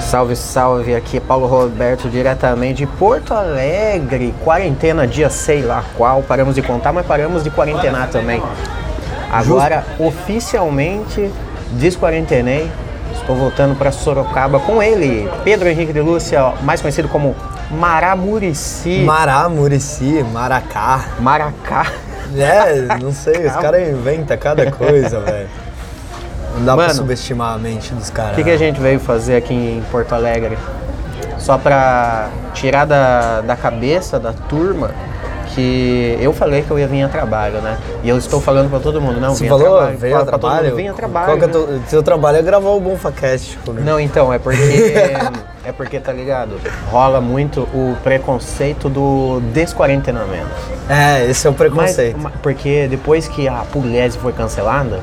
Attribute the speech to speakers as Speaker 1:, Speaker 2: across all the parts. Speaker 1: Salve, salve, aqui é Paulo Roberto, diretamente de Porto Alegre, quarentena dia sei lá qual, paramos de contar, mas paramos de quarentenar também. Agora, oficialmente, desquarentenei, estou voltando para Sorocaba com ele, Pedro Henrique de Lúcia, mais conhecido como Maramurici,
Speaker 2: Mará, Murici, Maracá.
Speaker 1: Maracá.
Speaker 2: É, não sei, os caras inventam cada coisa, velho. Não dá
Speaker 1: Mano,
Speaker 2: pra subestimar a mente dos caras. né?
Speaker 1: O que, que a gente veio fazer aqui em Porto Alegre? Só pra tirar da, da cabeça da turma que eu falei que eu ia vir a trabalho, né? E eu estou falando pra todo mundo, não,
Speaker 2: Você
Speaker 1: vim
Speaker 2: falou,
Speaker 1: a trabalho.
Speaker 2: veio
Speaker 1: Fala
Speaker 2: a
Speaker 1: pra todo mundo,
Speaker 2: trabalho?
Speaker 1: vim a trabalho.
Speaker 2: Qual que é
Speaker 1: né?
Speaker 2: teu- seu trabalho é gravar o Bonfacast comigo.
Speaker 1: Não, então, é porque. é porque, tá ligado? Rola muito o preconceito do desquarentenamento.
Speaker 2: É, esse é o
Speaker 1: Mas,
Speaker 2: preconceito.
Speaker 1: ma- porque depois que a Pugliese foi cancelada.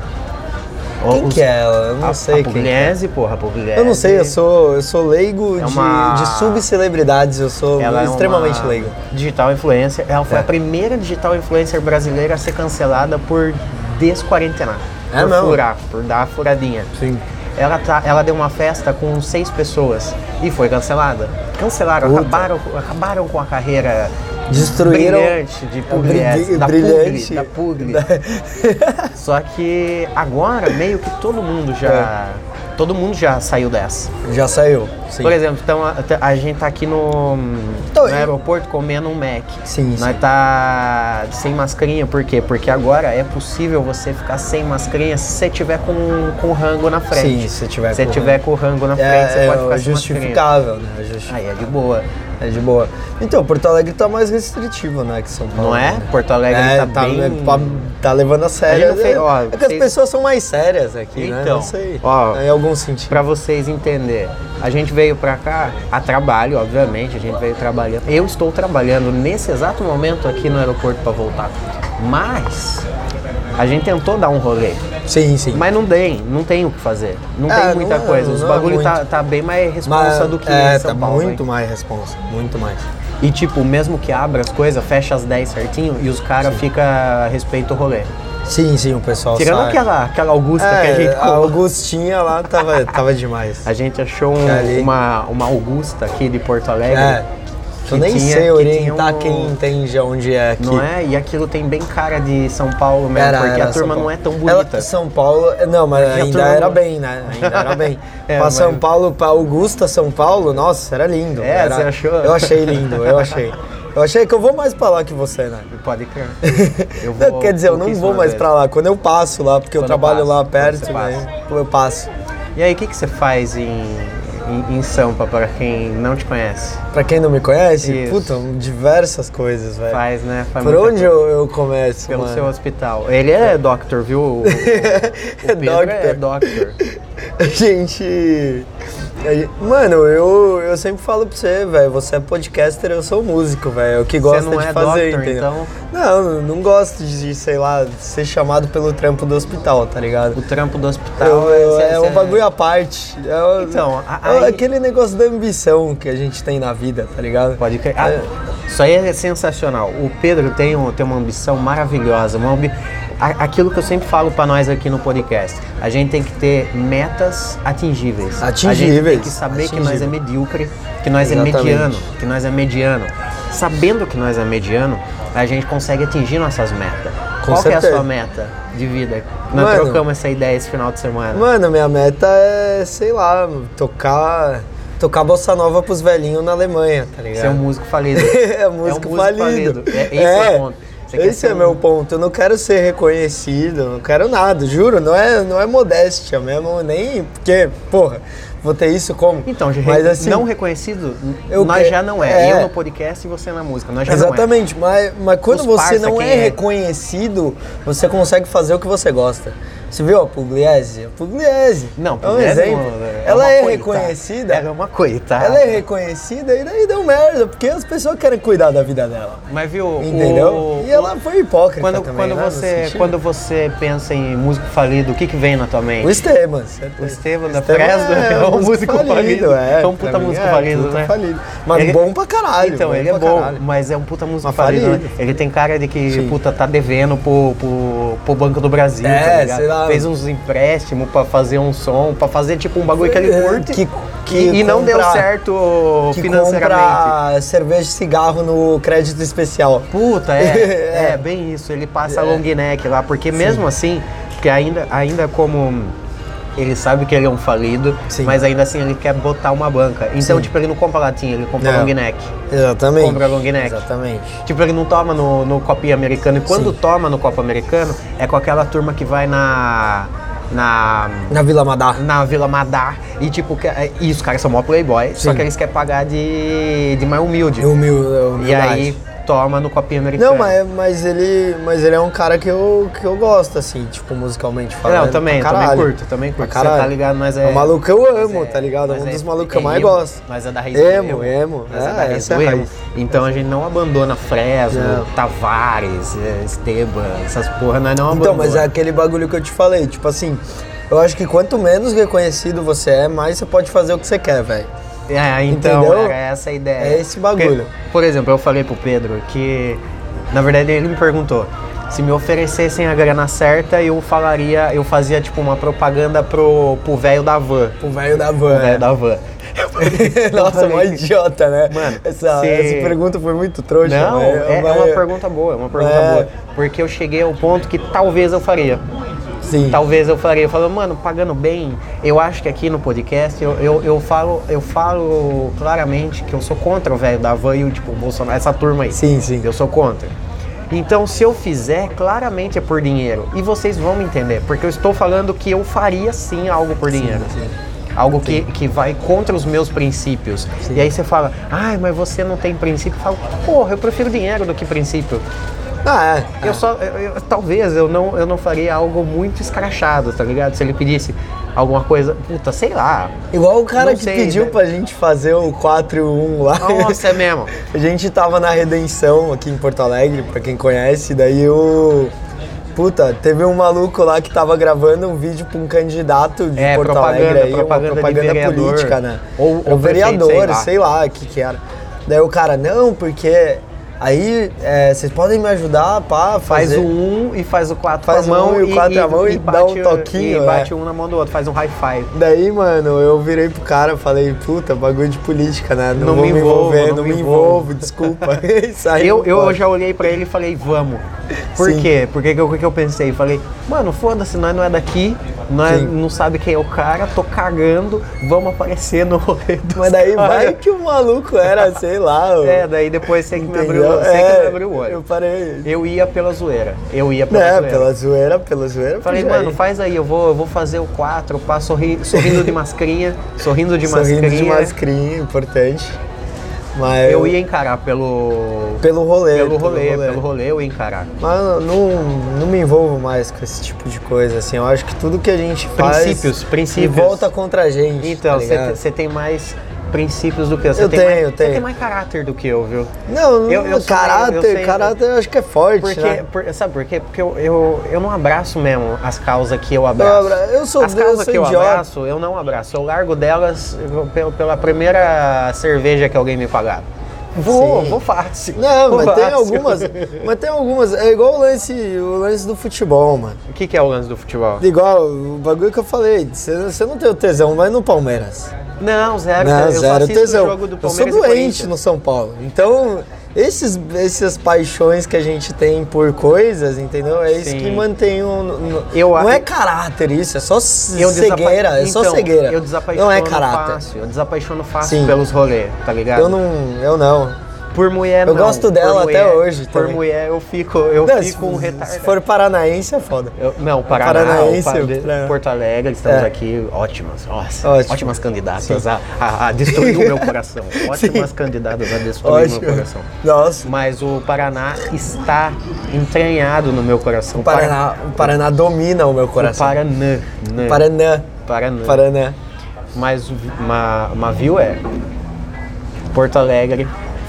Speaker 2: quem
Speaker 1: os-
Speaker 2: que é ela? Eu
Speaker 1: A,
Speaker 2: não
Speaker 1: a
Speaker 2: sei quem.
Speaker 1: Pugliese, porra, a Pugliese.
Speaker 2: Eu não sei, eu sou, eu sou leigo de,
Speaker 1: É uma- é
Speaker 2: de subcelebridades, eu sou é extremamente É.
Speaker 1: uma
Speaker 2: leigo.
Speaker 1: Digital influencer. Ela foi a primeira digital influencer brasileira a ser cancelada por desquarentenar.
Speaker 2: É
Speaker 1: por
Speaker 2: mesmo?
Speaker 1: furar, por dar a furadinha.
Speaker 2: Sim.
Speaker 1: Ela, tá, ela deu uma festa com seis pessoas e foi cancelada. Cancelaram,
Speaker 2: Puta.
Speaker 1: acabaram, acabaram com a carreira
Speaker 2: Destruíram.
Speaker 1: brilhante de
Speaker 2: Brilhante.
Speaker 1: Pugliese, da Pugli, da Pugli. Só que agora meio que todo mundo já,
Speaker 2: É.
Speaker 1: todo mundo já saiu dessa.
Speaker 2: Já saiu. Sim.
Speaker 1: Por exemplo, então, a, a gente tá aqui no,
Speaker 2: Tô
Speaker 1: no
Speaker 2: indo.
Speaker 1: aeroporto comendo um Mac.
Speaker 2: Sim,
Speaker 1: Nós
Speaker 2: sim.
Speaker 1: tá sem mascarinha, por quê? Porque agora é possível você ficar sem mascarinha se você tiver com, com o rango na frente.
Speaker 2: Sim, se tiver
Speaker 1: se você
Speaker 2: com o
Speaker 1: tiver com o rango na frente, você
Speaker 2: é,
Speaker 1: pode ficar
Speaker 2: é
Speaker 1: sem
Speaker 2: justificável, né? É justi-
Speaker 1: mascarinha. Aí é de boa.
Speaker 2: É de boa. Então, Porto Alegre tá mais restritivo, né, que São Paulo.
Speaker 1: Não é?
Speaker 2: né?
Speaker 1: Porto Alegre tá bem-
Speaker 2: é, pa- tá levando a sério.
Speaker 1: A gente não fez- ó,
Speaker 2: é que as
Speaker 1: fez-
Speaker 2: pessoas são mais sérias aqui, né?
Speaker 1: Então,
Speaker 2: Não sei.
Speaker 1: ó,
Speaker 2: É, em algum sentido.
Speaker 1: Pra vocês entenderem, a gente veio pra cá a trabalho, obviamente, a gente veio trabalhando. Eu estou trabalhando nesse exato momento aqui no aeroporto pra voltar. Mas a gente tentou dar um rolê.
Speaker 2: Sim, sim.
Speaker 1: Mas não tem, não tem o que fazer. Não
Speaker 2: É,
Speaker 1: tem muita
Speaker 2: não é-
Speaker 1: coisa. Os
Speaker 2: não é
Speaker 1: bagulho tá,
Speaker 2: muito.
Speaker 1: tá bem mais responsa do que
Speaker 2: é,
Speaker 1: em São
Speaker 2: tá
Speaker 1: Paulo. hein?
Speaker 2: muito mais responsa, muito mais.
Speaker 1: E tipo, mesmo que abra as coisas, fecha às 10 certinho e os caras ficam a respeito do rolê.
Speaker 2: Sim, sim, o pessoal
Speaker 1: Tirando
Speaker 2: sai.
Speaker 1: aquela, aquela Augusta que a
Speaker 2: É,
Speaker 1: gente
Speaker 2: a
Speaker 1: colocou.
Speaker 2: Augustinha lá tava, tava demais.
Speaker 1: A gente achou um-
Speaker 2: Ali.
Speaker 1: uma, uma Augusta aqui de Porto Alegre.
Speaker 2: É.
Speaker 1: que
Speaker 2: Eu nem
Speaker 1: tinha-
Speaker 2: sei
Speaker 1: que
Speaker 2: orientar
Speaker 1: tinha um-
Speaker 2: quem entende onde é aqui.
Speaker 1: Não é? E aquilo tem bem cara de São Paulo mesmo,
Speaker 2: Era,
Speaker 1: porque
Speaker 2: era
Speaker 1: a turma
Speaker 2: São
Speaker 1: não é tão
Speaker 2: Paulo. Ela-
Speaker 1: bonita.
Speaker 2: São Paulo, não, mas
Speaker 1: a
Speaker 2: ainda
Speaker 1: turma
Speaker 2: era
Speaker 1: não-
Speaker 2: bem, né? Ainda era bem.
Speaker 1: É,
Speaker 2: pra
Speaker 1: mas-
Speaker 2: São Paulo, pra Augusta, São Paulo, nossa, era lindo.
Speaker 1: É,
Speaker 2: era-
Speaker 1: você achou?
Speaker 2: Eu achei lindo, eu achei. Eu achei que eu vou mais pra lá que você, né?
Speaker 1: Pode crer.
Speaker 2: Não, Quer dizer, eu não vou
Speaker 1: pouquíssimas
Speaker 2: mais
Speaker 1: vezes.
Speaker 2: pra lá. Quando eu passo lá, porque eu
Speaker 1: Quando
Speaker 2: trabalho
Speaker 1: passa,
Speaker 2: lá
Speaker 1: quando
Speaker 2: perto,
Speaker 1: você
Speaker 2: né? Eu passo.
Speaker 1: E aí, o que, que você faz em, em, em Sampa, para quem não te conhece?
Speaker 2: Pra quem não me conhece,
Speaker 1: Isso.
Speaker 2: puta, diversas coisas, velho.
Speaker 1: Faz, né? Faz
Speaker 2: Por
Speaker 1: muita
Speaker 2: onde
Speaker 1: coisa.
Speaker 2: eu, eu começo,
Speaker 1: Pelo
Speaker 2: mano?
Speaker 1: seu hospital. Ele é doctor, viu? O, o- o Pedro é doctor.
Speaker 2: A gente. a gente- Mano, eu, eu sempre falo pra você, velho. Você é podcaster, eu sou músico, velho. O que gosta
Speaker 1: não
Speaker 2: de
Speaker 1: é
Speaker 2: fazer,
Speaker 1: doctor,
Speaker 2: entendeu?
Speaker 1: então?
Speaker 2: Não, não gosto de, sei lá, ser chamado pelo trampo do hospital, tá ligado?
Speaker 1: O trampo do hospital.
Speaker 2: Eu- eu-
Speaker 1: você-
Speaker 2: é
Speaker 1: você-
Speaker 2: um bagulho à parte. É o-
Speaker 1: Então, a-
Speaker 2: é
Speaker 1: aí-
Speaker 2: aquele negócio da ambição que a gente tem na vida, tá ligado?
Speaker 1: Pode crer. Ah, isso aí é sensacional. O Pedro tem, um, tem uma ambição maravilhosa. Uma ambi... a- Aquilo que eu sempre falo pra nós aqui no podcast. A gente tem que ter metas atingíveis. A gente tem
Speaker 2: Atingíveis,
Speaker 1: que saber que
Speaker 2: atingíveis.
Speaker 1: nós é medíocre, que nós é
Speaker 2: Exatamente.
Speaker 1: mediano, que nós é mediano. Sabendo que nós é mediano, a gente consegue atingir nossas metas.
Speaker 2: Com
Speaker 1: Qual que é a
Speaker 2: certeza.
Speaker 1: sua meta de vida? Nós
Speaker 2: Mano.
Speaker 1: trocamos essa ideia esse final de semana.
Speaker 2: Mano, minha meta é, sei lá, tocar. Tocar bossa nova pros velhinhos na Alemanha, tá ligado?
Speaker 1: Você é um músico falido.
Speaker 2: é
Speaker 1: um
Speaker 2: músico
Speaker 1: músico falido.
Speaker 2: falido.
Speaker 1: É- esse é o ponto. Você quer
Speaker 2: esse
Speaker 1: ser
Speaker 2: é
Speaker 1: um-
Speaker 2: meu ponto. Eu não quero ser reconhecido, não quero nada, juro. Não é, não é modéstia mesmo, nem. Porque, porra, vou ter isso como?
Speaker 1: Então, re-
Speaker 2: Mas, assim,
Speaker 1: não reconhecido,
Speaker 2: eu
Speaker 1: nós
Speaker 2: que-
Speaker 1: já não é.
Speaker 2: é.
Speaker 1: Eu no podcast e você na música. Nós já é.
Speaker 2: Exatamente, mas, mas quando
Speaker 1: Os
Speaker 2: você
Speaker 1: parça
Speaker 2: não
Speaker 1: quem
Speaker 2: é
Speaker 1: é.
Speaker 2: reconhecido, você consegue fazer o que você gosta. Você viu a Pugliese? A Pugliese.
Speaker 1: não é. Não,
Speaker 2: é um
Speaker 1: Pugliese não,
Speaker 2: exemplo.
Speaker 1: é
Speaker 2: Ela
Speaker 1: uma
Speaker 2: é
Speaker 1: coitada.
Speaker 2: reconhecida.
Speaker 1: Ela é uma coitada.
Speaker 2: Ela é reconhecida e daí deu merda, porque as pessoas querem cuidar da vida dela.
Speaker 1: Mas viu,
Speaker 2: Entendeu?
Speaker 1: o-
Speaker 2: E ela foi hipócrita
Speaker 1: quando,
Speaker 2: também,
Speaker 1: quando
Speaker 2: né, no
Speaker 1: você
Speaker 2: sentido.
Speaker 1: Quando você pensa em músico falido, o que, que vem na tua mente?
Speaker 2: O Esteban. certo?
Speaker 1: O Esteban da
Speaker 2: Esteban
Speaker 1: Fresno é um músico falido,
Speaker 2: É,
Speaker 1: é um puta
Speaker 2: pra mim
Speaker 1: músico
Speaker 2: é,
Speaker 1: falido,
Speaker 2: puta
Speaker 1: né?
Speaker 2: falido. Mas
Speaker 1: Ele-
Speaker 2: bom pra caralho.
Speaker 1: Então, ele é
Speaker 2: pra
Speaker 1: bom,
Speaker 2: caralho.
Speaker 1: mas é um puta músico
Speaker 2: Mas
Speaker 1: falido. né?
Speaker 2: falido.
Speaker 1: Ele tem cara de que,
Speaker 2: Sim.
Speaker 1: puta, tá devendo pro, pro, pro Banco do Brasil, tá
Speaker 2: É,
Speaker 1: ligado?
Speaker 2: sei lá, Claro.
Speaker 1: Fez uns empréstimos pra fazer um som, pra fazer tipo um bagulho que ele
Speaker 2: É,
Speaker 1: curte.
Speaker 2: que- que
Speaker 1: e, e não deu
Speaker 2: compra-
Speaker 1: certo
Speaker 2: que
Speaker 1: financeiramente.
Speaker 2: compra cerveja e cigarro no crédito especial.
Speaker 1: Puta, é, é, bem isso. Ele passa long neck lá, porque mesmo assim, porque ainda, ainda como ele sabe que ele é um falido,
Speaker 2: Sim.
Speaker 1: mas ainda assim ele quer botar uma banca. Então,
Speaker 2: Sim.
Speaker 1: tipo, ele não compra latinha, ele compra
Speaker 2: É.
Speaker 1: long neck.
Speaker 2: Exatamente.
Speaker 1: Compra long neck.
Speaker 2: Exatamente.
Speaker 1: Tipo, ele não toma no, no copinho americano. E quando
Speaker 2: Sim.
Speaker 1: toma no copo americano, é com aquela turma que vai na. na.
Speaker 2: Na Vila Madá.
Speaker 1: na Vila Madá. E tipo, que- e os caras são mó playboy, só
Speaker 2: Sim.
Speaker 1: que eles querem pagar de, de mais humilde.
Speaker 2: É humil- é
Speaker 1: E
Speaker 2: humildade.
Speaker 1: aí toma no copinho americano.
Speaker 2: Não, mas, é mas, ele, mas ele é um cara que eu, que eu gosto, assim, tipo, musicalmente falando.
Speaker 1: Não, também,
Speaker 2: pra
Speaker 1: também
Speaker 2: caralho.
Speaker 1: curto, também
Speaker 2: Pra
Speaker 1: curto. Você tá
Speaker 2: caralho.
Speaker 1: ligado, mas é.
Speaker 2: É um maluco que eu amo,
Speaker 1: mas é-
Speaker 2: tá ligado? É
Speaker 1: mas
Speaker 2: um dos malucos que eu mais
Speaker 1: emo,
Speaker 2: gosto.
Speaker 1: Mas é da raiz
Speaker 2: Emo,
Speaker 1: do
Speaker 2: emo.
Speaker 1: Mas é,
Speaker 2: É,
Speaker 1: da raiz
Speaker 2: essa
Speaker 1: do
Speaker 2: é a
Speaker 1: emo.
Speaker 2: raiz.
Speaker 1: Então a gente não abandona Fresno,
Speaker 2: Não.
Speaker 1: Tavares, eh, Esteban, essas porra, nós não
Speaker 2: Então,
Speaker 1: abandonamos.
Speaker 2: mas é aquele bagulho que eu te falei, tipo assim, eu acho que quanto menos reconhecido você é, mais você pode fazer o que você quer, velho.
Speaker 1: É, então,
Speaker 2: Entendeu?
Speaker 1: era essa a ideia.
Speaker 2: É esse bagulho.
Speaker 1: Porque, por exemplo, eu falei pro Pedro que, na verdade, ele me perguntou se me oferecessem a grana certa, eu falaria, eu fazia tipo uma propaganda pro pro velho da van.
Speaker 2: Tipo, O velho da van.
Speaker 1: Velho da van.
Speaker 2: É. Nossa,
Speaker 1: Eu
Speaker 2: mó
Speaker 1: falei-
Speaker 2: idiota, né?
Speaker 1: Mano,
Speaker 2: essa,
Speaker 1: cê-
Speaker 2: essa pergunta foi muito trouxa,
Speaker 1: Não,
Speaker 2: velho.
Speaker 1: é, é
Speaker 2: Mas-
Speaker 1: uma pergunta boa, é uma pergunta
Speaker 2: É.
Speaker 1: boa. Porque eu cheguei ao ponto que talvez eu faria.
Speaker 2: Sim.
Speaker 1: Talvez eu faria. Eu falo, mano, pagando bem, eu acho que aqui no podcast eu, eu, eu falo, eu falo claramente que eu sou contra o velho da van e o tipo, o Bolsonaro, essa turma aí.
Speaker 2: Sim, sim.
Speaker 1: Eu sou contra. Então, se eu fizer, claramente é por dinheiro. E vocês vão me entender, porque eu estou falando que eu faria sim algo por dinheiro. Algo que, que vai contra os meus princípios. E aí você fala, ai, mas você não tem princípio. Eu falo, porra, eu prefiro dinheiro do que princípio.
Speaker 2: Ah, é.
Speaker 1: Eu só. eu- eu- talvez eu não, eu não faria algo muito escrachado, tá ligado? Se ele pedisse alguma coisa. Puta, sei lá.
Speaker 2: Igual o cara
Speaker 1: Não
Speaker 2: que
Speaker 1: sei,
Speaker 2: pediu
Speaker 1: né?
Speaker 2: pra gente fazer o 4 e o 1 lá.
Speaker 1: Nossa, é mesmo.
Speaker 2: A gente tava na Redenção aqui em Porto Alegre, pra quem conhece, daí o. Puta, teve um maluco lá que tava gravando um vídeo pra um candidato de
Speaker 1: É,
Speaker 2: Porto
Speaker 1: propaganda,
Speaker 2: Alegre aí,
Speaker 1: propaganda de
Speaker 2: uma propaganda
Speaker 1: vereador.
Speaker 2: política, né?
Speaker 1: Ou-
Speaker 2: Era um
Speaker 1: ou prefeito,
Speaker 2: vereador,
Speaker 1: sei lá.
Speaker 2: sei lá o que que era. Daí o cara, não, porque aí é, vocês podem me ajudar, pá,
Speaker 1: Faz
Speaker 2: fazer...
Speaker 1: o 1 um e faz o 4 com a
Speaker 2: Faz
Speaker 1: mão.
Speaker 2: um e o quatro com a mão e dá um
Speaker 1: o-
Speaker 2: toquinho,
Speaker 1: E
Speaker 2: né?
Speaker 1: bate um na mão do outro, faz um high five.
Speaker 2: Daí, mano, eu virei pro cara, falei, puta, bagulho de política, né? Não,
Speaker 1: Não
Speaker 2: vou
Speaker 1: me
Speaker 2: me envolver,
Speaker 1: envolvo,
Speaker 2: não, me envolvo, desculpa. Saí
Speaker 1: Eu, eu
Speaker 2: fora.
Speaker 1: já olhei pra ele e falei, vamos. Por
Speaker 2: Sim.
Speaker 1: quê? Porque o que, que eu pensei? Falei, mano, foda-se, nós não é daqui, nós
Speaker 2: Sim.
Speaker 1: não sabe quem é o cara, tô cagando, vamos aparecer no rolê do
Speaker 2: Mas daí vai que o maluco era, sei lá.
Speaker 1: É, daí depois você que me abriu,
Speaker 2: entendeu? É,
Speaker 1: você que me abriu o
Speaker 2: Eu
Speaker 1: olho.
Speaker 2: parei.
Speaker 1: Eu ia pela zoeira. Eu ia pela
Speaker 2: Né,
Speaker 1: zoeira.
Speaker 2: pela zoeira, pela zoeira.
Speaker 1: Falei,
Speaker 2: podia
Speaker 1: mano,
Speaker 2: ir.
Speaker 1: faz aí, eu vou, eu vou fazer o 4, pá, sorri, sorrindo de mascarinha, sorrindo de
Speaker 2: Sorrindo de
Speaker 1: mascarinha.
Speaker 2: mascrinha, importante. Mas
Speaker 1: Eu ia encarar pelo.
Speaker 2: pelo rolê.
Speaker 1: Pelo rolê, pelo rolê eu ia encarar.
Speaker 2: Mas não, não me envolvo mais com esse tipo de coisa, assim. Eu acho que tudo que a gente faz.
Speaker 1: Princípios,
Speaker 2: E
Speaker 1: princípios.
Speaker 2: volta contra a gente.
Speaker 1: Então,
Speaker 2: tá ligado?
Speaker 1: você tem mais princípios do que eu. Você
Speaker 2: Eu
Speaker 1: tem
Speaker 2: tenho,
Speaker 1: mais,
Speaker 2: eu
Speaker 1: Você
Speaker 2: tenho.
Speaker 1: tem mais caráter do que eu, viu?
Speaker 2: Não,
Speaker 1: Eu- eu sei,
Speaker 2: caráter,
Speaker 1: eu sei.
Speaker 2: caráter eu acho que é forte,
Speaker 1: Porque,
Speaker 2: né?
Speaker 1: por- sabe por quê? Porque eu, eu, eu não abraço mesmo as causas que eu abraço.
Speaker 2: Eu abra- eu sou-
Speaker 1: As
Speaker 2: eu
Speaker 1: causas
Speaker 2: sou
Speaker 1: que eu
Speaker 2: idiota.
Speaker 1: abraço, eu não abraço. Eu largo delas pe- pela primeira cerveja que alguém me pagar. Vou,
Speaker 2: Sim.
Speaker 1: vou fácil.
Speaker 2: Não,
Speaker 1: vou
Speaker 2: mas tem
Speaker 1: fácil.
Speaker 2: algumas. Mas tem algumas. É igual o lance, o lance do futebol, mano.
Speaker 1: O que, que é o lance do futebol?
Speaker 2: Igual o bagulho que eu falei, você você não tem o tesão, vai no Palmeiras.
Speaker 1: Não, zero.
Speaker 2: Não,
Speaker 1: eu só
Speaker 2: zero
Speaker 1: assisto
Speaker 2: tesão.
Speaker 1: o jogo do
Speaker 2: eu sou
Speaker 1: Palmeiras e
Speaker 2: doente
Speaker 1: Corinthians.
Speaker 2: no São Paulo. Então, esses, essas paixões que a gente tem por coisas, entendeu? É isso
Speaker 1: Sim.
Speaker 2: que mantém o. no-
Speaker 1: Eu
Speaker 2: não
Speaker 1: a-
Speaker 2: é caráter isso, é só c-
Speaker 1: Eu desapa-
Speaker 2: cegueira, é só
Speaker 1: Então,
Speaker 2: cegueira.
Speaker 1: Eu desapaixono
Speaker 2: não é caráter.
Speaker 1: fácil. Eu desapaixono fácil
Speaker 2: Sim.
Speaker 1: pelos rolês, tá ligado?
Speaker 2: Eu não. Eu não.
Speaker 1: Por mulher,
Speaker 2: Eu
Speaker 1: não.
Speaker 2: gosto
Speaker 1: Por
Speaker 2: dela
Speaker 1: mulher-
Speaker 2: até hoje
Speaker 1: Por
Speaker 2: também.
Speaker 1: mulher, eu fico, eu
Speaker 2: Não, se,
Speaker 1: fico um
Speaker 2: se
Speaker 1: retardado.
Speaker 2: for paranaense é foda.
Speaker 1: Eu- não, Paraná,
Speaker 2: Paranaense,
Speaker 1: o Par-
Speaker 2: Paraná.
Speaker 1: Porto Alegre, estamos
Speaker 2: É.
Speaker 1: aqui ótimas, nossa,
Speaker 2: Ótimo.
Speaker 1: ótimas candidatas a, a, a destruir o meu coração. Ótimas candidatas a destruir o meu
Speaker 2: Ótimo.
Speaker 1: coração.
Speaker 2: Nossa.
Speaker 1: Mas o Paraná está entranhado no meu coração.
Speaker 2: O Paraná, o Paraná domina o meu
Speaker 1: Para-
Speaker 2: coração.
Speaker 1: Paranã. né?
Speaker 2: Paranã.
Speaker 1: Paranã.
Speaker 2: Paraná.
Speaker 1: Mas uma, uma view é Porto Alegre,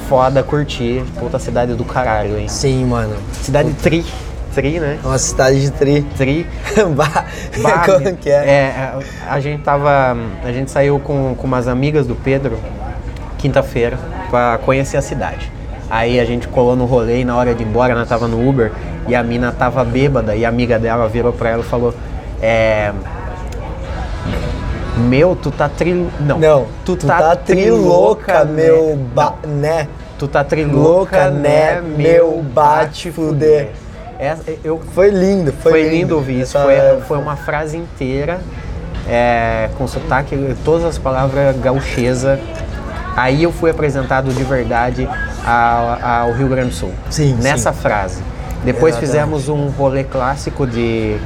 Speaker 1: foda, curtir, puta cidade do caralho, hein?
Speaker 2: Sim, mano.
Speaker 1: Cidade tri, tri, né?
Speaker 2: É Uma cidade de tri.
Speaker 1: Tri,
Speaker 2: bah,
Speaker 1: Bah,
Speaker 2: como que é?
Speaker 1: a, a gente tava. A gente saiu com, com umas amigas do Pedro quinta-feira pra conhecer a cidade. Aí a gente colou no rolê e né, na hora de ir embora, ela tava no Uber e a mina tava bêbada e a amiga dela virou pra ela e falou. É. Meu, tu tá tri. Não.
Speaker 2: Não, tu, tá, trilouca, meu ba... né?
Speaker 1: Tu tá
Speaker 2: Louca,
Speaker 1: trilouca, né? Meu bate fuder.
Speaker 2: fuder.
Speaker 1: Essa- eu,
Speaker 2: Foi lindo, foi,
Speaker 1: foi, lindo ouvir isso.
Speaker 2: Essa-
Speaker 1: Foi, foi uma frase inteira, é, com sotaque, todas as palavras gauchesa. Aí eu fui apresentado de verdade a- ao Rio Grande do Sul.
Speaker 2: Sim,
Speaker 1: Nessa frase. Depois
Speaker 2: Exatamente.
Speaker 1: fizemos um rolê clássico de,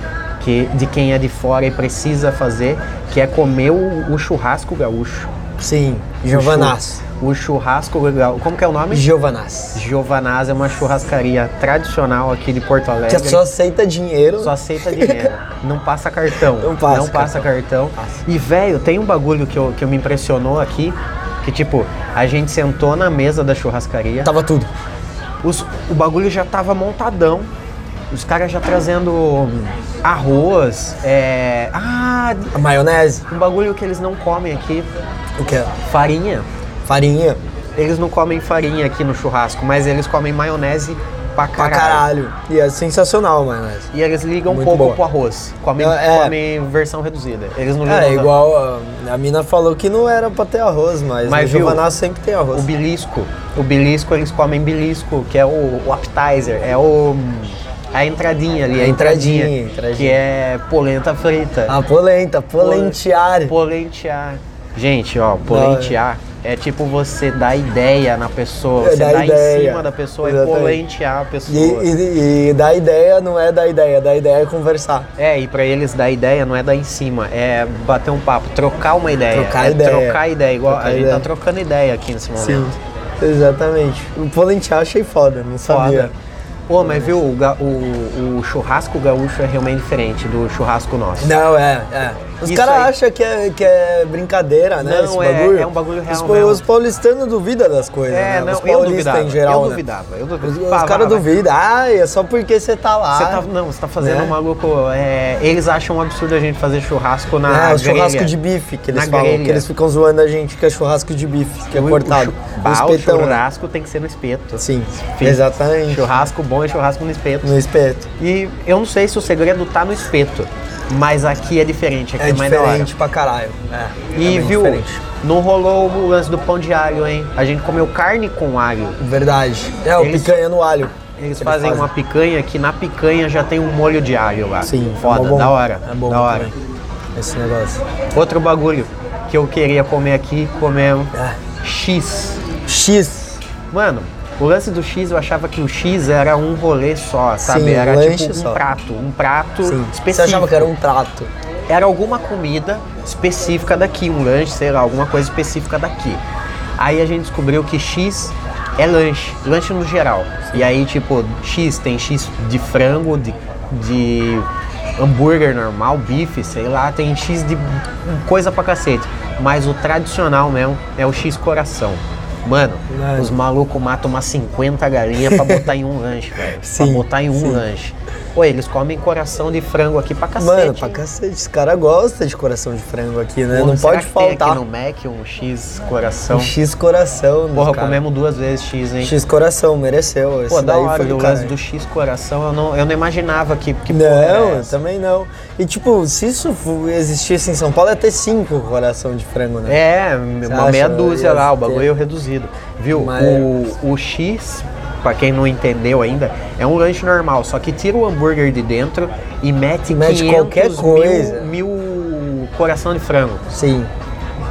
Speaker 1: que, de quem é de fora e precisa fazer, que é comer o, o churrasco gaúcho.
Speaker 2: Sim,
Speaker 1: Giovanás.
Speaker 2: Giovanas.
Speaker 1: O churrasco gaúcho. Como que é o nome?
Speaker 2: Giovanas.
Speaker 1: Giovanás é uma churrascaria tradicional aqui de Porto Alegre.
Speaker 2: Que é só aceita dinheiro.
Speaker 1: Só aceita dinheiro. Não passa cartão.
Speaker 2: Não passa
Speaker 1: Não passa cartão. E, velho, tem um bagulho que, eu, que me impressionou aqui. Que, tipo, a gente sentou na mesa da churrascaria.
Speaker 2: Tava tudo.
Speaker 1: Os- o bagulho já tava montadão. Os caras já trazendo arroz. É, ah,
Speaker 2: A maionese,
Speaker 1: um bagulho que eles não comem aqui.
Speaker 2: o que é?
Speaker 1: Farinha.
Speaker 2: Farinha.
Speaker 1: Eles não comem farinha aqui no churrasco, mas eles comem maionese pra
Speaker 2: Pra
Speaker 1: caralho.
Speaker 2: caralho. E é sensacional a maionese.
Speaker 1: E eles ligam
Speaker 2: Muito
Speaker 1: pouco
Speaker 2: boa.
Speaker 1: pro arroz. Comem,
Speaker 2: Não, é.
Speaker 1: comem versão reduzida. Eles não ligam
Speaker 2: É,
Speaker 1: tanto.
Speaker 2: igual a, a mina falou que não era pra ter arroz,
Speaker 1: Mas
Speaker 2: mas, mas
Speaker 1: viu?
Speaker 2: Giovanas sempre tem
Speaker 1: O
Speaker 2: arroz.
Speaker 1: bilisco. O bilisco, eles comem bilisco, que é o, o appetizer, é o. A entradinha ali, a,
Speaker 2: A entradinha, entradinha. Ah,
Speaker 1: Que é polenta frita.
Speaker 2: A polenta, polentear.
Speaker 1: Polentear. Gente, ó, polentear é tipo você dar ideia na pessoa,
Speaker 2: É,
Speaker 1: você
Speaker 2: dar
Speaker 1: dar em
Speaker 2: ideia.
Speaker 1: cima da pessoa,
Speaker 2: Exatamente.
Speaker 1: é polentear a pessoa.
Speaker 2: E, e, e dar ideia não é dar ideia, dar ideia é conversar.
Speaker 1: É, e pra eles dar ideia não é dar em cima, é bater um papo, trocar uma ideia.
Speaker 2: Trocar
Speaker 1: é
Speaker 2: ideia.
Speaker 1: Trocar ideia, igual
Speaker 2: Trocar
Speaker 1: a gente
Speaker 2: ideia.
Speaker 1: tá trocando ideia aqui nesse momento.
Speaker 2: Sim, exatamente. O polentear achei foda, não sabia.
Speaker 1: Foda. Pô, mas viu, o, ga- o- o churrasco gaúcho é realmente diferente do churrasco nosso.
Speaker 2: Não, é, é. Os
Speaker 1: Isso
Speaker 2: caras
Speaker 1: aí.
Speaker 2: acham que é, que é brincadeira, né?
Speaker 1: Não,
Speaker 2: esse
Speaker 1: é-
Speaker 2: bagulho.
Speaker 1: é um bagulho real
Speaker 2: Os, pa-
Speaker 1: mesmo.
Speaker 2: os paulistanos duvidam das coisas,
Speaker 1: É,
Speaker 2: né?
Speaker 1: não,
Speaker 2: os
Speaker 1: eu
Speaker 2: paulistas
Speaker 1: duvidava.
Speaker 2: em geral,
Speaker 1: eu
Speaker 2: né?
Speaker 1: duvidava, eu
Speaker 2: Os,
Speaker 1: duvidava.
Speaker 2: os
Speaker 1: Vai,
Speaker 2: caras
Speaker 1: vai, vai.
Speaker 2: duvidam. Ah, é só porque você tá lá.
Speaker 1: Você tá, não, você tá fazendo
Speaker 2: Né?
Speaker 1: um maluco. é, eles acham um absurdo a gente fazer churrasco na.
Speaker 2: É, o
Speaker 1: grelha.
Speaker 2: churrasco de bife que eles
Speaker 1: Na
Speaker 2: falam,
Speaker 1: grelha.
Speaker 2: que eles ficam zoando a gente, que é churrasco de bife, que é
Speaker 1: O-
Speaker 2: cortado.
Speaker 1: O, chu-
Speaker 2: O
Speaker 1: Bah, o
Speaker 2: espetão. né?
Speaker 1: churrasco tem que ser no espeto.
Speaker 2: Sim,
Speaker 1: Sim.
Speaker 2: exatamente.
Speaker 1: Churrasco bom é churrasco no espeto.
Speaker 2: No espeto.
Speaker 1: E eu não sei se o segredo tá no espeto, mas aqui é diferente, aqui é,
Speaker 2: É
Speaker 1: mais da hora.
Speaker 2: diferente pra caralho. É, é
Speaker 1: E
Speaker 2: bem
Speaker 1: viu,
Speaker 2: diferente.
Speaker 1: não rolou o lance do pão de alho, hein? A gente comeu carne com alho.
Speaker 2: Verdade. É, o
Speaker 1: Eles-
Speaker 2: picanha no alho.
Speaker 1: Eles fazem uma picanha que na picanha já tem um molho de alho lá.
Speaker 2: Sim,
Speaker 1: foda,
Speaker 2: é bom.
Speaker 1: da hora.
Speaker 2: É bom
Speaker 1: da hora.
Speaker 2: também, Esse negócio.
Speaker 1: Outro bagulho que eu queria comer aqui, comemos
Speaker 2: É.
Speaker 1: X.
Speaker 2: X.
Speaker 1: Mano, o lance do X, eu achava que o X era um rolê só, sabe?
Speaker 2: Sim,
Speaker 1: era
Speaker 2: um
Speaker 1: tipo
Speaker 2: lanche
Speaker 1: um
Speaker 2: só.
Speaker 1: prato, um prato
Speaker 2: Sim.
Speaker 1: específico.
Speaker 2: Você achava que era um trato.
Speaker 1: era alguma comida específica daqui, um lanche, sei lá, alguma coisa específica daqui. Aí a gente descobriu que X é lanche, lanche no geral. E aí, tipo, X tem X de frango, de, de hambúrguer normal, bife, sei lá, tem X de coisa pra cacete. Mas o tradicional mesmo é o X coração. Mano,
Speaker 2: Mano.
Speaker 1: os malucos matam umas 50 galinhas pra botar em um lanche, velho. Pra
Speaker 2: Sim,
Speaker 1: botar em um lanche. Pô, eles comem coração de frango aqui pra cacete.
Speaker 2: Mano, pra
Speaker 1: hein?
Speaker 2: cacete. Os caras gostam de coração de frango aqui, né?
Speaker 1: Porra,
Speaker 2: Não
Speaker 1: será
Speaker 2: pode
Speaker 1: que tem
Speaker 2: faltar.
Speaker 1: aqui no Mac um X coração.
Speaker 2: Um X coração, dos
Speaker 1: Porra,
Speaker 2: cara.
Speaker 1: comemos duas vezes X, hein?
Speaker 2: X coração, mereceu. Esse
Speaker 1: Pô, da
Speaker 2: daí
Speaker 1: hora
Speaker 2: foi do
Speaker 1: o lance
Speaker 2: caralho.
Speaker 1: do X coração, eu não, eu não imaginava que, que porra né? era
Speaker 2: Não, eu
Speaker 1: essa.
Speaker 2: também não. E tipo, se isso fu- existisse em São Paulo, ia ter cinco coração de frango, né?
Speaker 1: É, uma
Speaker 2: acha?
Speaker 1: meia dúzia
Speaker 2: Ia
Speaker 1: lá, o
Speaker 2: ter.
Speaker 1: bagulho reduzido. Viu?
Speaker 2: Mas-
Speaker 1: O, o X, pra quem não entendeu ainda, é um lanche normal, só que tira o hambúrguer de dentro e mete,
Speaker 2: Mete
Speaker 1: 500
Speaker 2: qualquer
Speaker 1: mil-
Speaker 2: coisa.
Speaker 1: Mil, coração de frango.
Speaker 2: Sim.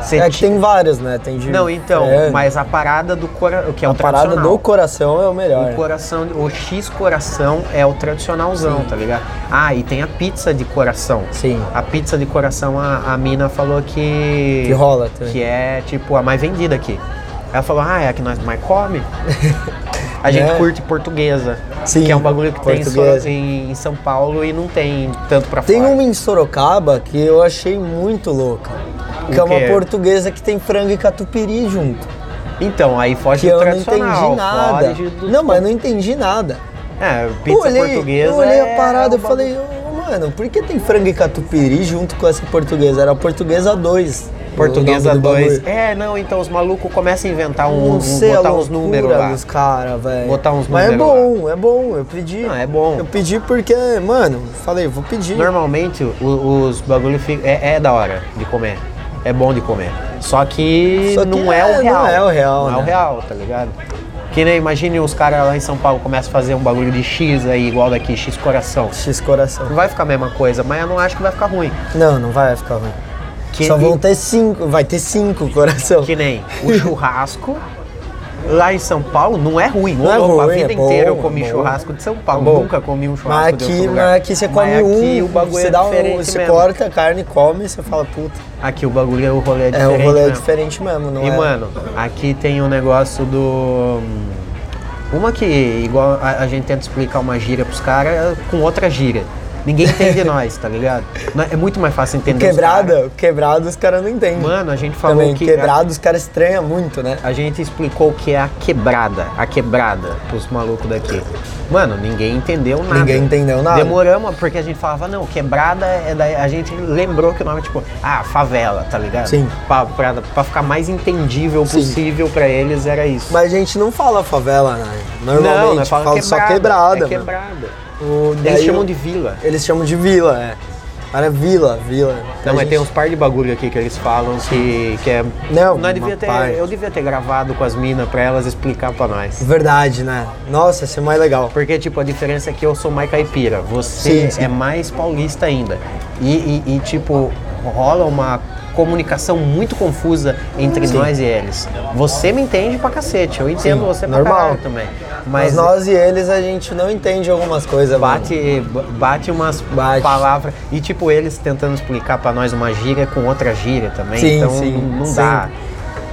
Speaker 1: Você
Speaker 2: é que
Speaker 1: ti-
Speaker 2: tem vários, né? Tem de
Speaker 1: É. Não, então,
Speaker 2: frango.
Speaker 1: mas a parada do coração, que é o
Speaker 2: a parada
Speaker 1: tradicional.
Speaker 2: do coração é o melhor.
Speaker 1: O Um coração, o X coração é o tradicionalzão, tá ligado? Ah, e tem a pizza de coração.
Speaker 2: Sim.
Speaker 1: A pizza de coração, a, a mina falou que.
Speaker 2: Que rola né? também.
Speaker 1: Que é, tipo, a mais vendida aqui. Ela falou, ah, é a que nós mais come. A gente
Speaker 2: Né?
Speaker 1: curte portuguesa.
Speaker 2: Sim,
Speaker 1: Que é um bagulho que tem em Soro-
Speaker 2: portuguesa.
Speaker 1: em, em São Paulo e não tem tanto pra
Speaker 2: Tem um
Speaker 1: fora.
Speaker 2: uma em Sorocaba que eu achei muito louca. Que é uma
Speaker 1: quê?
Speaker 2: portuguesa que tem frango e catupiry junto.
Speaker 1: Então, aí foge
Speaker 2: Que
Speaker 1: do
Speaker 2: eu não entendi
Speaker 1: tradicional.
Speaker 2: nada.
Speaker 1: foge do-
Speaker 2: Não, mas não entendi nada.
Speaker 1: É,
Speaker 2: Eu
Speaker 1: pizza
Speaker 2: olhei,
Speaker 1: portuguesa.
Speaker 2: eu olhei
Speaker 1: é
Speaker 2: a parada,
Speaker 1: um
Speaker 2: eu falei, "Ô, mano, por que tem frango e catupiry junto com essa portuguesa? Era a portuguesa 2.
Speaker 1: Portuguesa
Speaker 2: nome do
Speaker 1: 2.
Speaker 2: um bagulho.
Speaker 1: É, não, então os malucos começam a inventar um, um-
Speaker 2: Não sei,
Speaker 1: botar
Speaker 2: a
Speaker 1: uns
Speaker 2: loucura
Speaker 1: números lá.
Speaker 2: dos cara, velho.
Speaker 1: Botar uns
Speaker 2: Mas é
Speaker 1: números
Speaker 2: bom, é bom, eu pedi.
Speaker 1: Não, é bom.
Speaker 2: Eu pedi porque, mano, falei, vou pedir.
Speaker 1: Normalmente o- os bagulho fica, é, é da hora de comer. É bom de comer. Só que,
Speaker 2: Só que
Speaker 1: não é,
Speaker 2: é-
Speaker 1: o
Speaker 2: não
Speaker 1: real.
Speaker 2: é o real,
Speaker 1: Não é o
Speaker 2: né?
Speaker 1: real, tá ligado? Que nem imagine os caras lá em São Paulo começam a fazer um bagulho de X aí, igual daqui, X coração.
Speaker 2: X coração.
Speaker 1: Não vai ficar a mesma coisa, mas eu não acho que vai ficar ruim.
Speaker 2: Não, não vai ficar ruim.
Speaker 1: Que-
Speaker 2: Só vão ter cinco, vai ter cinco coração.
Speaker 1: Que nem o churrasco lá em São Paulo não é ruim.
Speaker 2: Não é
Speaker 1: Ô, louco, a
Speaker 2: ruim,
Speaker 1: vida
Speaker 2: é bom,
Speaker 1: inteira eu
Speaker 2: é
Speaker 1: comi
Speaker 2: bom.
Speaker 1: churrasco de São Paulo.
Speaker 2: Bom,
Speaker 1: Nunca comi um churrasco
Speaker 2: Mas
Speaker 1: de outro
Speaker 2: aqui,
Speaker 1: lugar.
Speaker 2: mas aqui você
Speaker 1: Mas
Speaker 2: come
Speaker 1: aqui
Speaker 2: um,
Speaker 1: o bagulho
Speaker 2: você
Speaker 1: é
Speaker 2: dá um,
Speaker 1: diferente
Speaker 2: você
Speaker 1: mesmo.
Speaker 2: corta a carne, come, você fala, puta.
Speaker 1: Aqui o bagulho é o rolê é
Speaker 2: É,
Speaker 1: diferente
Speaker 2: o rolê é
Speaker 1: mesmo.
Speaker 2: diferente mesmo, não
Speaker 1: E
Speaker 2: é?
Speaker 1: mano, aqui tem um negócio do. Uma que, igual a, a gente tenta explicar uma gíria pros caras com outra gíria. Ninguém entende nós, tá ligado? Não- É muito mais fácil entender. os caras.
Speaker 2: quebrada, quebrada os caras não entendem.
Speaker 1: Mano, a gente falou
Speaker 2: Também,
Speaker 1: que.
Speaker 2: quebrado os caras estranham muito, né?
Speaker 1: A gente explicou o que é a quebrada, a quebrada pros malucos daqui. Mano, ninguém entendeu nada.
Speaker 2: Ninguém entendeu nada.
Speaker 1: Demoramos, porque a gente falava, não, quebrada é daí. A gente lembrou que o nome é tipo, ah, favela, tá ligado?
Speaker 2: Sim.
Speaker 1: Pra, pra, pra ficar mais entendível
Speaker 2: Sim.
Speaker 1: possível pra eles, era isso.
Speaker 2: Mas a gente não fala favela, né? Normalmente
Speaker 1: não, nós
Speaker 2: fala,
Speaker 1: falamos
Speaker 2: só
Speaker 1: quebrada.
Speaker 2: quebrada.
Speaker 1: É
Speaker 2: mano.
Speaker 1: quebrada.
Speaker 2: O-
Speaker 1: Eles
Speaker 2: daí
Speaker 1: chamam
Speaker 2: o-
Speaker 1: de vila.
Speaker 2: Eles chamam de vila, é. Cara, vila, vila.
Speaker 1: Não,
Speaker 2: A
Speaker 1: mas
Speaker 2: gente-
Speaker 1: tem uns par de bagulho aqui que eles falam que, que é. nós devia
Speaker 2: uma
Speaker 1: ter,
Speaker 2: parte.
Speaker 1: eu devia ter gravado com as minas pra elas explicar pra nós.
Speaker 2: Verdade, né? Nossa, isso é mais legal.
Speaker 1: Porque, tipo, a diferença é que eu sou mais caipira, você
Speaker 2: Sim, sim.
Speaker 1: é mais paulista ainda. E, e- e, tipo, rola uma comunicação muito confusa entre nós e eles. Você me entende pra cacete, eu entendo
Speaker 2: Sim,
Speaker 1: você pra
Speaker 2: normal.
Speaker 1: caralho também.
Speaker 2: Mas
Speaker 1: Mas
Speaker 2: nós e eles, a gente não entende algumas coisas, mano.
Speaker 1: bate, bate umas
Speaker 2: Bate.
Speaker 1: palavras. E, tipo, eles tentando explicar pra nós uma gíria com outra gíria também.
Speaker 2: Sim,
Speaker 1: então,
Speaker 2: sim,
Speaker 1: não
Speaker 2: sim.
Speaker 1: dá.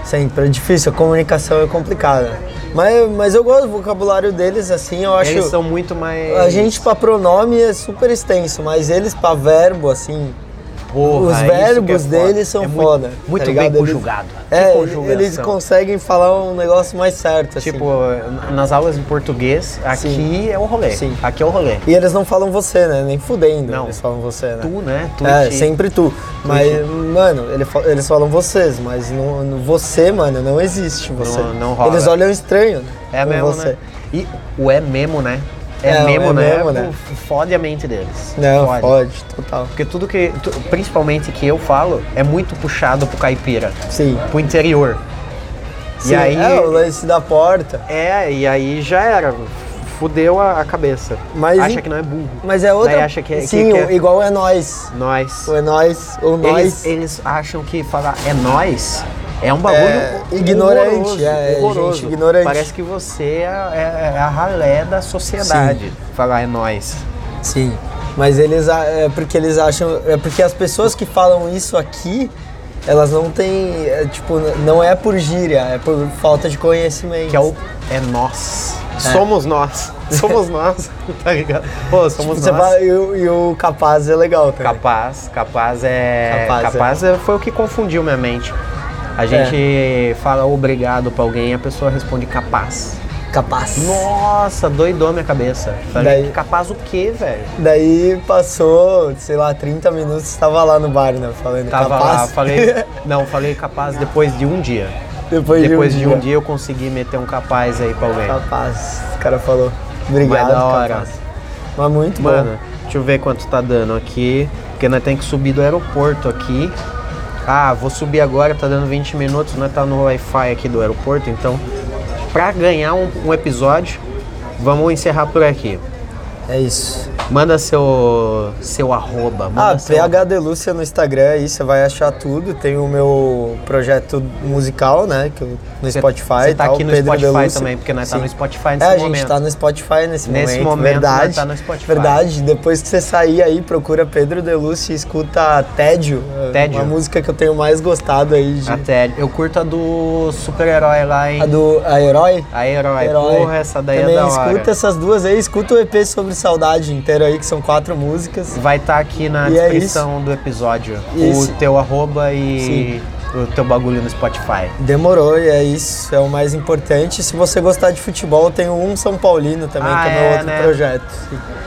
Speaker 2: Sempre é difícil, a comunicação é complicada. Mas, mas eu gosto do vocabulário deles, assim, eu acho.
Speaker 1: Eles são muito mais.
Speaker 2: A gente pra pronome é super extenso, mas eles pra verbo, assim.
Speaker 1: Porra,
Speaker 2: os
Speaker 1: isso que é
Speaker 2: verbos
Speaker 1: foda.
Speaker 2: deles são
Speaker 1: É muito-
Speaker 2: foda.
Speaker 1: muito
Speaker 2: tá
Speaker 1: bem
Speaker 2: ligado? Eles-
Speaker 1: conjugado. Que
Speaker 2: É,
Speaker 1: conjugação.
Speaker 2: eles conseguem falar um negócio mais certo, assim.
Speaker 1: Tipo, nas aulas de português, aqui
Speaker 2: Sim.
Speaker 1: é o rolê.
Speaker 2: Sim.
Speaker 1: Aqui é o rolê.
Speaker 2: E eles não falam você, né? Nem fudendo.
Speaker 1: Não.
Speaker 2: Eles falam você, né?
Speaker 1: Tu, né? Tu
Speaker 2: é,
Speaker 1: te-
Speaker 2: sempre tu. Mas, mano, ele fa- eles falam vocês, mas não, não- você, mano, não existe você.
Speaker 1: Não- não rola.
Speaker 2: Eles olham estranho. né?
Speaker 1: É
Speaker 2: com
Speaker 1: mesmo,
Speaker 2: você.
Speaker 1: né? E o é mesmo, né? É,
Speaker 2: É, o
Speaker 1: mesmo,
Speaker 2: é
Speaker 1: né?
Speaker 2: mesmo, né?
Speaker 1: Pô, Fode a mente deles.
Speaker 2: Não, pode. total.
Speaker 1: Porque tudo que, tu- principalmente que eu falo, é muito puxado pro caipira,
Speaker 2: Sim.
Speaker 1: pro interior.
Speaker 2: Sim,
Speaker 1: e aí.
Speaker 2: É, o lance da porta.
Speaker 1: É, e aí já era. Fudeu a, a cabeça.
Speaker 2: Mas
Speaker 1: acha
Speaker 2: em-
Speaker 1: que não é burro.
Speaker 2: Mas é outra.
Speaker 1: Daí acha que é- que-
Speaker 2: Sim,
Speaker 1: que
Speaker 2: o-
Speaker 1: é-
Speaker 2: igual é nós.
Speaker 1: Nós.
Speaker 2: O é nós, ou
Speaker 1: Eles,
Speaker 2: nós.
Speaker 1: eles acham que falar é nós é um bagulho
Speaker 2: É,
Speaker 1: horroroso,
Speaker 2: ignorante, é, é
Speaker 1: horroroso.
Speaker 2: gente ignorante.
Speaker 1: Parece que você é, é- é a ralé da sociedade. Falar é nós.
Speaker 2: Sim. Mas eles. a- É porque eles acham. É porque as pessoas que falam isso aqui. Elas não têm, é, tipo, n- não é por gíria, é por falta de conhecimento.
Speaker 1: Que é o é nós. né? Somos nós. Somos nós. tá ligado? Pô, somos
Speaker 2: Você
Speaker 1: nós.
Speaker 2: fala, e, o, e o capaz é legal também.
Speaker 1: Capaz, capaz é. Capaz,
Speaker 2: Capaz é.
Speaker 1: é- foi o que confundiu minha mente. A gente fala obrigado pra alguém e a pessoa responde capaz.
Speaker 2: Capaz.
Speaker 1: Nossa, doidou minha cabeça. Falei,
Speaker 2: Daí-
Speaker 1: capaz o quê, velho?
Speaker 2: Daí passou, sei lá, 30 minutos, estava lá no bar, né? Falando
Speaker 1: Tava
Speaker 2: capaz.
Speaker 1: lá, falei. Não, falei capaz depois de um dia.
Speaker 2: Depois,
Speaker 1: depois
Speaker 2: de um, dia. Tá
Speaker 1: eu consegui meter um capaz aí pra alguém.
Speaker 2: Capaz. O cara falou. Obrigado,
Speaker 1: Mas da hora.
Speaker 2: capaz. Mas muito
Speaker 1: Mano, deixa eu ver quanto tá dando aqui. Porque nós tem que subir do aeroporto aqui. Ah, vou subir agora, tá dando 20 minutos, nós tá no Wi-Fi aqui do aeroporto, então. Pra ganhar um, um episódio, vamos encerrar por aqui.
Speaker 2: bom. É isso.
Speaker 1: Manda seu. seu arroba. Manda
Speaker 2: Ah,
Speaker 1: seu...
Speaker 2: PH Delúcia no Instagram aí, você vai achar tudo. Tem o meu projeto musical, né? Que eu, no Spotify.
Speaker 1: Você
Speaker 2: e
Speaker 1: tá
Speaker 2: tal,
Speaker 1: aqui no
Speaker 2: Pedro
Speaker 1: Spotify
Speaker 2: Delúcia.
Speaker 1: também, porque nós tá
Speaker 2: Sim.
Speaker 1: no Spotify nesse
Speaker 2: É, a
Speaker 1: momento.
Speaker 2: gente tá no Spotify nesse,
Speaker 1: Nesse
Speaker 2: momento,
Speaker 1: momento,
Speaker 2: verdade.
Speaker 1: nós tá no Spotify.
Speaker 2: Verdade, depois que você sair aí, procura Pedro Delúcia e escuta Tédio, é
Speaker 1: Tédio. Ah,
Speaker 2: uma música que eu tenho mais gostado aí de,
Speaker 1: Até. Eu curto a do super-herói lá, hein?
Speaker 2: a do a Herói.
Speaker 1: A herói,
Speaker 2: Herói.
Speaker 1: porra, essa daí
Speaker 2: Também
Speaker 1: é da hora.
Speaker 2: escuta essas duas aí, escuta o EP sobre saudade inteiro aí, que são quatro músicas.
Speaker 1: Vai estar aqui na
Speaker 2: E é
Speaker 1: descrição do episódio
Speaker 2: Isso.
Speaker 1: o teu arroba e o teu bagulho no Spotify.
Speaker 2: Demorou, e é isso, é o mais importante. Se você gostar de futebol, tem o um São Paulino também,
Speaker 1: Ah,
Speaker 2: que é meu
Speaker 1: é,
Speaker 2: outro
Speaker 1: né?
Speaker 2: projeto.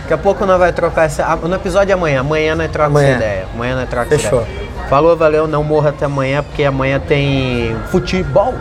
Speaker 1: Daqui a pouco nós vai trocar essa. ah, No episódio de amanhã. Amanhã nós troca
Speaker 2: Amanhã.
Speaker 1: essa ideia. Amanhã nós troca
Speaker 2: Fechou.
Speaker 1: essa ideia. Falou, valeu, não morra até amanhã, porque amanhã tem futebol.